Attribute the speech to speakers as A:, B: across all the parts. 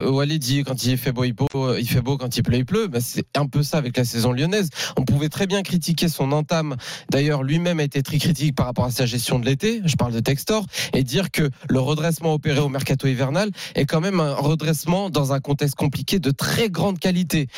A: Euh, Walid dit quand il fait beau, il, beau, il fait beau, quand il pleut, il pleut. Ben, c'est un peu ça avec la saison lyonnaise. On pouvait très bien critiquer son entame. D'ailleurs, lui-même a été très critique par rapport à sa gestion de l'été. Je parle de Textor et dire que le redressement opéré au mercato hivernal est quand même un redressement dans un contexte compliqué de très grande qualité.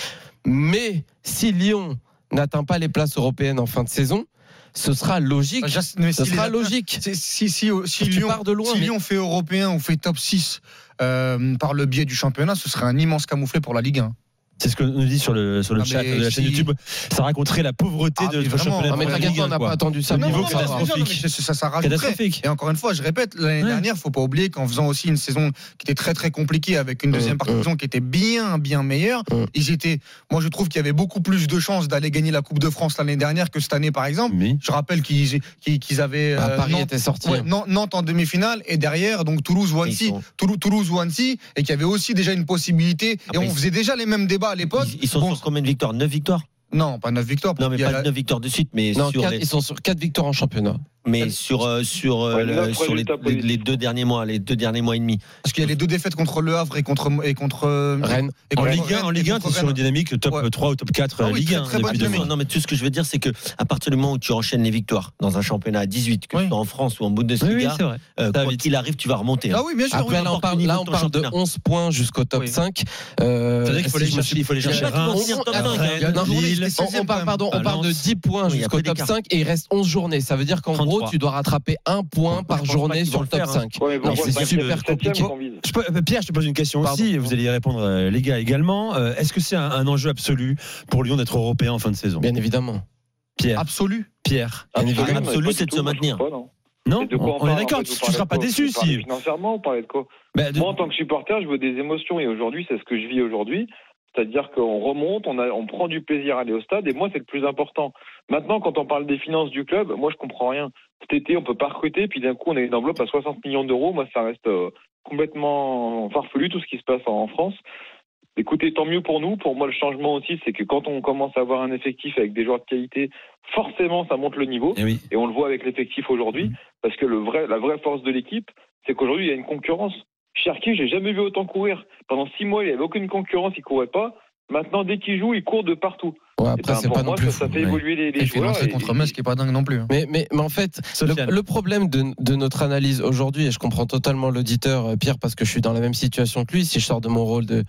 A: Mais si Lyon n'atteint pas les places européennes en fin de saison, ce sera
B: Bah,
A: logique.
C: Enfin, Ah, mais
A: ce
C: si
A: sera
C: les-
A: logique.
C: Si, si, si, euh, si
A: Tu
C: Lyon,
A: pars de loin,
C: si
A: mais-
C: Lyon fait européen ou fait top 6 euh, par le biais du championnat, ce serait un immense camouflet pour la Ligue 1.
B: C'est ce que nous dit sur le, sur le
C: Ah,
B: chat
C: mais
B: de la chaîne
C: si-
B: YouTube. Ça raconterait la pauvreté
C: Ah,
B: de
C: mais
B: notre
C: vraiment.
B: championnat.
C: Ah,
A: Non, mais
B: de la
A: t'inquiète
B: Ligue
A: pas, on
B: un,
A: n'a
B: quoi.
A: pas attendu ça.
B: Le
A: pour
B: niveau
A: savoir.
B: catastrophique.
C: mais ça, ça, ça rajouterait.
B: Catastrophique.
C: Et encore une fois, je répète, l'année
B: Ouais.
C: dernière, faut pas oublier qu'en faisant aussi une saison qui était très très compliquée avec une
A: Euh,
C: deuxième partie de
A: euh.
C: saison qui était bien bien meilleure,
A: Euh.
C: ils étaient. Moi, je trouve qu'il y avait beaucoup plus de chances d'aller gagner la Coupe de France l'année dernière que cette année, par exemple.
B: Mais
C: Je rappelle qu'ils qu'ils- qu'ils avaient
A: Bah,
C: euh,
A: Paris
C: Nantes-
A: était sorti.
C: Ouais, Nan- Nantes en demi-finale et derrière donc Toulouse ou
B: Ils
C: Annecy,
B: sont-
C: Toulouse, Toulouse ou Annecy et qu'il y avait aussi déjà une possibilité et
B: Après,
C: on
B: ils-
C: faisait déjà les mêmes débats à l'époque.
B: ils, ils sont
C: Bon,
B: sur combien de victoires 9 victoires
C: Non, pas 9 victoires.
B: Non, mais
C: Il y a
B: pas
C: la-
B: 9 victoires de suite, mais
A: Non,
B: sur
A: quatre-
B: les,
A: ils sont sur 4 victoires en championnat.
B: mais sur, euh, sur, euh,
D: Ouais,
B: le-
D: neuf
B: sur les,
D: résultats
B: les-
D: positifs.
B: les deux derniers mois, les deux derniers mois et demi.
C: parce qu'il y a les deux défaites contre Le Havre et contre et contre
A: Rennes.
C: et
B: En
C: contre
B: Ligue 1,
C: Rennes
B: en
C: et
B: Ligue 1,
C: contre
B: t'es sur
C: Rennes.
B: une dynamique top
C: Ouais.
B: 3 ou top 4
C: Ah
B: euh,
C: oui,
B: Ligue
C: très,
B: 1.
C: très bonne
B: depuis deux
C: dynamique.
B: fois. Non, mais tout ce que je veux dire, c'est que à partir du moment où tu enchaînes les victoires dans un championnat à 18, que ce
C: Oui.
B: soit en France ou en Bundesliga,
A: vrai.
B: euh,
A: Ça
B: quoi
A: vite.
B: qu'il arrive, tu vas remonter. hein.
C: Ah oui, bien sûr.
B: Ah,
C: oui.
A: Après, là, on
B: importe le
A: parle,
B: niveau
A: là,
B: de
A: on
B: ton
A: parle de
B: championnat.
A: 11 points jusqu'au top
B: Oui.
A: 5. Euh,
B: C'est-à-dire qu'il faut
A: si
B: les
A: je me
B: chercher-
A: suis-
B: il faut les
A: il y a
B: chercher
A: pas
B: à
A: tout-
B: Reims, top
A: on-
B: 20,
A: il y a-
C: Rennes,
A: non,
C: Lille,
A: journée,
C: c'est
A: on-
C: seizième
A: on parle-
C: quand même.
A: pardon, on parle de
B: Valence.
A: 10 points
B: Oui, il y a
A: jusqu'au
B: peu
A: top
B: d'écart.
A: 5 et il reste 11 journées. Ça veut dire qu'en gros,
B: 33.
A: tu dois rattraper un point
B: Je
A: par
B: pense pas
A: journée
B: qu'ils
A: sur
B: vont
A: le
B: le
A: top
B: faire, hein.
A: 5.
D: Ouais, mais pourquoi
B: c'est
D: pas
B: super
D: le septième
A: compliqué. euh,
D: qu'on vise
B: Je peux- Pierre, je te pose une question
A: Pardon.
B: aussi. Vous allez y répondre, euh, les gars, également. Euh, Est-ce que c'est un, un enjeu absolu pour Lyon d'être européen en fin de saison
A: Bien Ah, évidemment.
B: Pierre,
C: Absolu.
B: Pierre.
D: Absolument,
B: Absolu,
D: Ah, mais pas
B: c'est de
D: du
B: se
D: tout, moi, je
B: maintenir.
D: trouve pas, non
B: Non,
D: Et de quoi
B: on, on
D: parle,
B: est
D: en fait,
B: d'accord.
D: vous
B: Tu
D: parlez
B: seras
D: de
B: pas
D: quoi
B: déçu
D: Vous parlez
B: si.
D: Financièrement, vous parlez de quoi
B: Bah, de-
D: Moi, en tant que supporter, je veux des émotions et aujourd'hui, c'est ce que je vis aujourd'hui. C'est-à-dire qu'on remonte, on, a, on prend du plaisir à aller au stade et moi, c'est le plus important. Maintenant, quand on parle des finances du club, moi, je comprends rien. Cet été, on peut pas recruter, puis d'un coup, on a une enveloppe à 60 millions d'euros. Moi, ça reste euh, complètement farfelu tout ce qui se passe en en France. Écoutez, tant mieux pour nous. Pour moi, le changement aussi, c'est que quand on commence à avoir un effectif avec des joueurs de qualité, forcément, ça monte le niveau.
B: Eh oui.
D: Et on le voit avec l'effectif aujourd'hui, parce que le vrai, la vraie force de l'équipe, c'est qu'aujourd'hui, il y a une concurrence. Cherki, j'ai jamais vu autant courir. Pendant six mois, il n'y avait aucune concurrence, il courait pas. Maintenant, dès qu'il joue, il court de partout.
A: Ouais,
D: Et
A: après,
D: ben,
A: c'est
D: pour
A: pas
D: moi,
A: non plus.
D: ça, ça
A: fou.
D: fait évoluer les, les
C: Et
D: joueurs.
C: financé
D: et-
C: contre
D: et-
C: Metz, qui est pas dingue non plus. hein.
A: Mais, mais, mais en fait, le,
B: Sofiane.
A: le problème de, de notre analyse aujourd'hui, et je comprends totalement l'auditeur, euh, Pierre, parce que je suis dans la même situation que lui, si je sors de mon rôle de,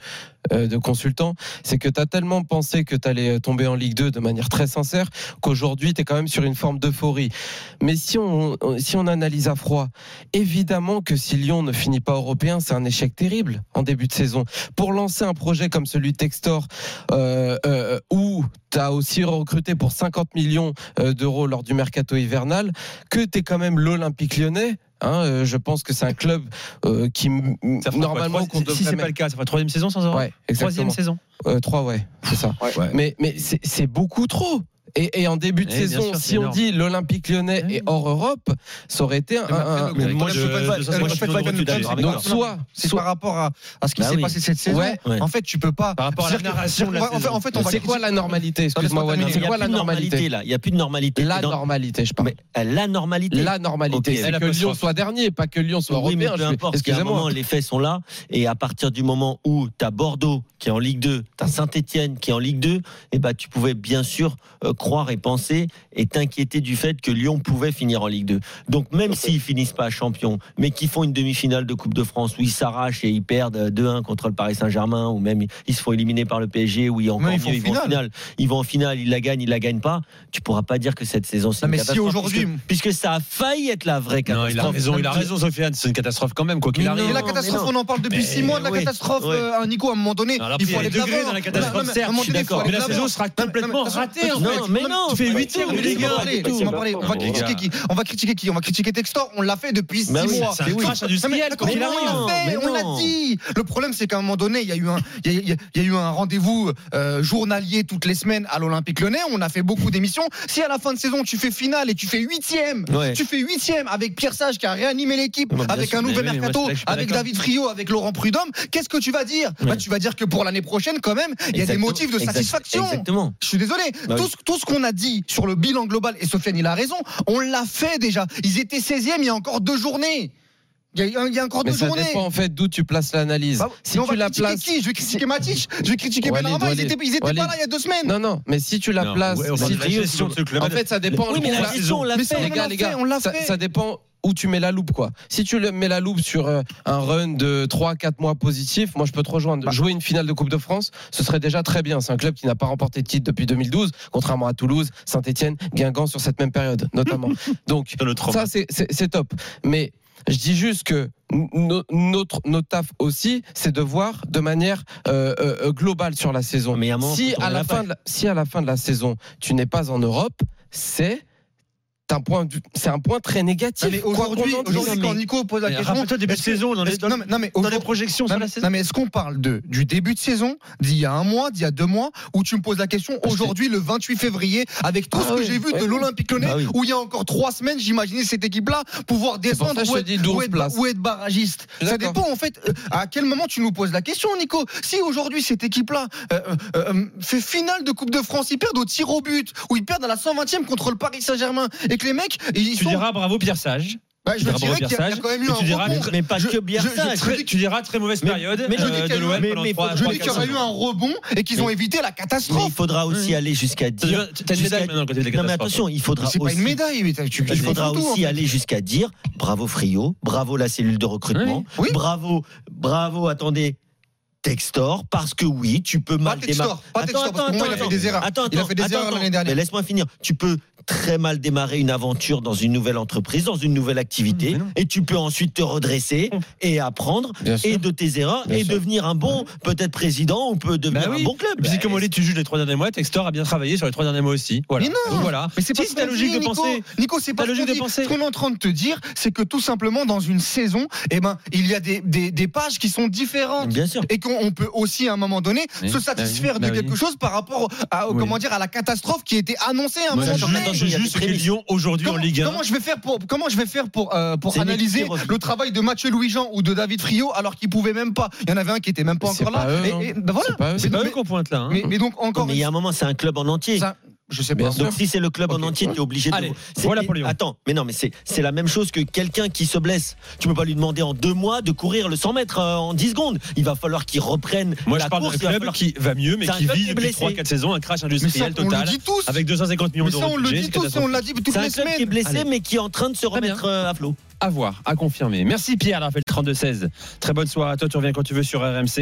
A: euh, de consultant, c'est que tu as tellement pensé que tu allais tomber en Ligue 2 de manière très sincère qu'aujourd'hui, tu es quand même sur une forme d'euphorie. Mais si on, on- si on analyse à froid, évidemment que si Lyon ne finit pas européen, c'est un échec terrible en début de saison. Pour lancer un projet comme celui de Textor, euh, euh, où tu as aussi recruté pour 50 millions euh, d'euros lors du mercato hivernal, que tu es quand même l'Olympique lyonnais. hein, euh, je pense que c'est un club euh, qui m-
B: Ça fera quoi
A: normalement
B: Trois-
A: qu'on
B: si c'est
A: devrait
B: pas le cas, ça fera troisième saison sans avoir.
A: Ouais, exactement.
B: Troisième saison.
A: Euh, trois, ouais, c'est ça.
D: Ouais.
B: Ouais.
A: Mais, mais c'est c'est beaucoup trop. Et, et en début de
B: Eh, bien
A: saison,
B: sûr, c'est
A: si on
B: énorme. Eh.
A: dit l'Olympique lyonnais
B: Ouais.
A: est hors Europe, ça aurait été un.
B: ben,
C: Mais après,
A: un-
C: le-
B: Ah, mais
C: le
B: moi,
C: problème,
B: je-
C: c'est pas-
B: de
C: le
B: toute façon, moi, je
C: problème,
B: suis
C: c'est pas
B: heureux
C: le
B: que tu
C: problème,
B: l'aies
C: c'est
B: avec
C: que-
B: moi.
A: donc, soit.
C: c'est
A: soit-
C: par rapport à, à ce qui
B: Bah
C: s'est
B: oui.
C: passé cette saison.
A: Ouais.
B: Ouais.
C: En fait, tu peux pas.
B: Par rapport à la
C: C'est-à-dire que-
B: narration de la
C: Ouais, en fait-
B: saison.
C: en fait, on va
A: C'est quoi la normalité Excuse-moi,
C: Laisse-moi
A: Walid.
C: terminer.
A: C'est
B: Il y a
A: quoi
B: plus
A: la
B: de normalité
A: normalité
B: là. Il n'y a plus de normalité.
A: La
B: Et dans-
A: normalité, je parle.
B: Mais, euh, La normalité.
A: La normalité,
B: Ok.
A: c'est
B: Elle
A: que
B: apostrophe.
A: Lyon soit dernier, pas que Lyon soit
B: Oui, mais
A: européen.
B: peu
A: je suis-
B: importe, à un moment,
A: Excusez-moi.
B: les faits sont là. Et à partir du moment où tu as Bordeaux qui est en Ligue 2, tu as Saint-Etienne qui est en Ligue 2, et bah, tu pouvais bien sûr euh, croire et penser et t'inquiéter du fait que Lyon pouvait finir en Ligue 2. Donc même s'ils finissent pas champion, mais qu'ils font une demi-finale de Coupe de France où ils s'arrachent et ils perdent euh, 2-1 contre le Paris Saint-Germain, ou même ils se font éliminer par le PSG, ou ils, encore
C: Mais ils
B: mieux,
C: font
B: ils vont en
C: finale.
B: finale. Ils vont en finale, ils la gagnent, ils la gagnent pas. Tu pourras pas dire que cette saison,
C: Non,
B: c'est une
C: mais si
B: catastrophe,
C: aujourd'hui-
B: puisque- puisque ça a failli être la vraie
E: Non,
B: catastrophe.
E: il a raison, il a raison, Sofiane. C'est une catastrophe quand même, quoi qu'il
B: Mais
E: arrive.
C: Et la
B: Non,
C: catastrophe,
B: mais
C: on en parle depuis
E: Mais
C: six mois de la
B: oui,
C: catastrophe,
B: oui.
C: euh, à Nico, à un moment donné.
E: Alors, puis,
C: il faut
E: il y a
C: aller
E: des
C: de
E: degrés
C: l'avant.
E: dans la
C: Non, non, mais à
E: catastrophe,
C: un
E: certes,
C: moment
E: je suis
C: donné, il faut
E: d'accord.
C: aller
E: Mais
C: de
E: la
C: l'avant.
E: saison sera
C: Non, mais-
E: complètement
C: non, mais-
E: ratée, en
B: Non,
E: fait.
B: mais non,
C: tu fais
B: mais
C: 8
B: non,
C: heures,
B: mais
C: mais
B: les
C: les
B: gars,
C: gars,
B: pas du tout.
C: on va critiquer qui On va
E: Les gars.
C: critiquer qui On va critiquer qui On va critiquer Textor, on l'a fait depuis 6
B: Bah oui,
C: mois.
E: c'est un
C: Mais oui.
E: crash
C: Non,
E: industriel,
C: mais
E: quoi
C: on
E: qu'il
C: l'a
B: arrive.
C: fait,
B: Mais
C: on
B: non.
C: l'a dit. Le problème, c'est qu'à un moment donné, il y a eu un, il y a- il y a- il y a eu un rendez-vous euh, journalier toutes les semaines à l'Olympique Lyonnais. On a fait beaucoup d'émissions. Si à la fin de saison, tu fais finale et tu fais huitième,
B: Ouais.
C: tu fais huitième avec Pierre Sage qui a réanimé l'équipe,
B: Non, mais bien
C: avec
B: sûr,
C: un
B: mais
C: nouvel
E: oui, mais moi,
C: mercato,
E: c'est là que je suis pas
C: avec
E: d'accord.
C: David Frio, avec Laurent Prudhomme, qu'est-ce que tu vas dire Bah,
B: Ouais.
C: Tu vas dire que pour l'année prochaine, quand même, il y a des
B: Exactement,
C: motifs de
B: exact-
C: satisfaction.
B: Exactement.
C: Je suis désolé.
B: Bah
C: tout,
B: oui.
C: ce, tout ce qu'on a dit sur le bilan global, et Sofiane, il a raison, on l'a fait déjà. Ils étaient 16e il y a encore deux journées. Il y a, il y a encore
A: Mais
C: deux
A: ça
C: journées.
A: dépend en fait d'où tu places l'analyse.
C: Bah,
A: si
C: mais on
A: tu
C: va
A: la
C: critiquer
A: places.
C: qui Je vais critiquer Matich, je vais critiquer
A: Walid,
C: Benarama, ils
A: Walid,
C: étaient, ils étaient
A: Walid.
C: pas là il y a deux semaines.
A: Non, non, mais si tu la
E: Non,
A: places.
E: ouais, on va
A: si
E: la
A: tu-
E: gestion de ce club.
A: En fait, ça dépend.
B: Oui, mais
A: où
B: la
A: la-
B: gestion, on l'a
C: Mais ça,
B: fait.
C: on
A: les
C: l'a
A: gars, les
C: fait,
A: gars,
C: on l'a
A: ça,
C: fait.
A: ça dépend où tu mets la loupe quoi. Si tu le- mets la loupe sur euh, un run de 3 4 mois positif, moi je peux te rejoindre. Jouer une finale de Coupe de France, ce serait déjà très bien. C'est un club qui n'a pas remporté de titre depuis 2012, contrairement à Toulouse, Saint-Étienne, Guingamp sur cette même période notamment. Donc
E: Dans le trauma.
A: ça c'est- c'est c'est top. Mais je dis juste que no- notre, notre taf aussi, c'est de voir de manière euh, euh, euh, globale sur la saison.
B: Mais à un moment,
A: si,
B: faut tourner
A: à la
B: la
A: fin
B: page.
A: de la- si à la fin de la saison, tu n'es pas en Europe, c'est un point, du- c'est un point très négatif.
C: Mais
A: Quoi
C: aujourd'hui,
A: qu'on en dise.
C: aujourd'hui, quand Nico pose la
E: Mais
C: question,
E: rappelle-toi début de
C: est-ce que-
E: saison, dans les-
C: est-ce que- non, mais- non, mais
E: Dans les
C: aujourd'hui-
E: projections
C: non,
E: sur la
C: mais-
E: saison.
C: non, mais est-ce qu'on parle de, du début de saison, d'il y a un mois, d'il y a deux mois, où tu me poses la question aujourd'hui, le 28 février, avec tout
A: Ah
C: ce que
A: oui,
C: j'ai vu
A: oui.
C: de l'Olympique Lyonnais,
B: Bah oui.
C: où il y a encore trois semaines, j'imaginais cette équipe-là pouvoir
A: pour
C: descendre
A: ça que je
C: ou
A: te
C: être,
A: dis 12
C: ou être-
A: places.
C: ou être barragiste.
A: Je suis
C: Ça
A: d'accord.
C: dépend en fait euh, à quel moment tu nous poses la question, Nico. Si aujourd'hui cette équipe-là euh, euh, euh, fait finale de Coupe de France, ils perdent au tir au but, ou ils perdent à la 120e contre le Paris Saint-Germain, et que les mecs, ils
E: Tu
C: sont
E: diras bravo Pierre Sage.
C: bah, je
E: Tu diras
C: dirais
E: Robert
C: qu'il y, a- il y a
E: Sage,
C: quand même eu
E: et
C: un
E: tu diras-
C: rebond.
B: Mais pas
C: Je-
B: que Bière
C: je- je
B: Sage.
E: Très- Tu diras très mauvaise
B: Mais-
E: période
B: mais je dis
E: euh,
C: qu'il y a
E: de
C: eu-
E: l'OM
B: mais-
E: pendant
B: mais-
A: Bah,
E: trois-
C: Je
E: trois,
C: dis qu'il y
E: quatre
C: aurait eu
E: saisons.
C: un rebond et qu'ils ont
B: Mais-
C: évité la
B: Mais
C: catastrophe.
B: il faudra aussi aller jusqu'à dire.
E: T'as une
B: jusqu'à-
E: médaille maintenant côté des
B: Non mais
E: catastrophes.
B: attention, il faudra
C: C'est pas
B: aussi
C: une médaille, mais tu- tu-
B: Il
C: tu
B: faudra
C: comprends tout, hein. en
B: aussi
C: fait.
B: aller jusqu'à dire bravo Frio, bravo la cellule de recrutement,
C: Ah Oui. Oui.
B: bravo, bravo, attendez, Textor, parce que oui, tu peux
C: Pas
B: mal démarrer.
C: Textor, pas Textor, parce que pour moi, il a fait des erreurs.
B: Attends,
C: Il a
B: attends,
C: fait des
B: attends,
C: erreurs
B: attends.
C: l'année dernière.
B: Mais laisse-moi finir. Tu peux très mal démarrer une aventure dans une nouvelle entreprise, dans une nouvelle activité, et tu peux ensuite te redresser et apprendre
A: Bien sûr.
B: et de tes erreurs
A: Bien
B: et
A: sûr.
B: devenir un bon, peut-être président ou peut devenir
E: Bah
B: un
E: oui.
B: bon club.
E: Et puis c'est comme Oli, tu juges les trois derniers mois, Textor a bien travaillé sur les trois derniers mois aussi. Voilà.
C: Mais non.
E: Donc voilà.
C: Mais c'est pas
E: Si,
C: ce
E: ta
C: qu'on
E: logique
C: dit,
E: de
C: Nico.
E: penser.
C: Nico, c'est pas
E: Ta
C: ce
E: logique
C: qu'on
E: de
C: dit.
E: pensée.
C: Ce qu'on est en train de te dire, c'est que tout simplement dans une saison, eh ben, il y a des, des, des pages qui sont différentes.
B: Bien sûr.
C: Et qu'on on peut aussi à un moment donné
E: Oui.
C: se satisfaire
E: Bah
C: de
E: oui.
C: quelque chose par rapport à, au-
E: Oui.
C: comment dire, à la catastrophe qui était annoncée à un
E: Moi,
C: moment
E: je
C: donné.
B: attends,
E: je
B: il y a
E: juge
B: des
E: ce qu'est
B: prémices.
E: Lyon aujourd'hui en
C: Comment,
E: Ligue 1.
C: comment je vais faire pour comment je vais faire pour euh, pour
B: C'est une
C: analyser
B: équipe qui revient.
C: le travail de Mathieu Louis-Jean ou de David Frio alors qu'ils pouvaient même pas il y en avait un qui était même pas
A: C'est
C: encore
A: pas
C: là
A: eux, non.
C: et, et- ben voilà
A: C'est pas eux,
E: hein. C'est
C: mais,
E: pas eux
C: mais-
E: qu'on pointe là. hein.
C: mais- mais donc encore
B: Mais il y a un moment, c'est un club en entier.
C: ça, je sais pas
A: Bien sûr.
B: Donc si c'est le club
C: Ok.
B: en entier, tu es obligé de.
E: Allez,
B: C'est-
E: voilà pour Lyon.
B: Attends, mais non, mais c'est c'est la même chose que quelqu'un qui se blesse. Tu peux pas lui demander en deux mois de courir le 100 mètres euh, en 10 secondes. Il va falloir qu'il reprenne
E: Moi,
B: la
E: je parle d'un
B: course. il va
E: club
B: falloir-
E: qui va mieux, mais
B: C'est un
E: qui
B: club
E: vit
B: qui est
E: depuis
B: blessé.
E: 3-4 saisons un crash
C: mais ça,
E: industriel
C: on le
E: total
C: dit tous
E: avec 250 millions
C: mais ça
E: d'euros.
C: on
E: de
C: le
E: budget,
C: dit
E: c'est
C: tous et on l'a dit toutes
B: C'est un
C: les
B: club qui est
C: semaines
B: blessé,
E: Allez.
B: mais qui est en train de se
E: bien.
B: remettre euh, à flot.
E: à voir, à confirmer. Merci Pierre d'avoir fait le 32-16. Très bonne soirée à toi, tu reviens quand tu veux sur RMC.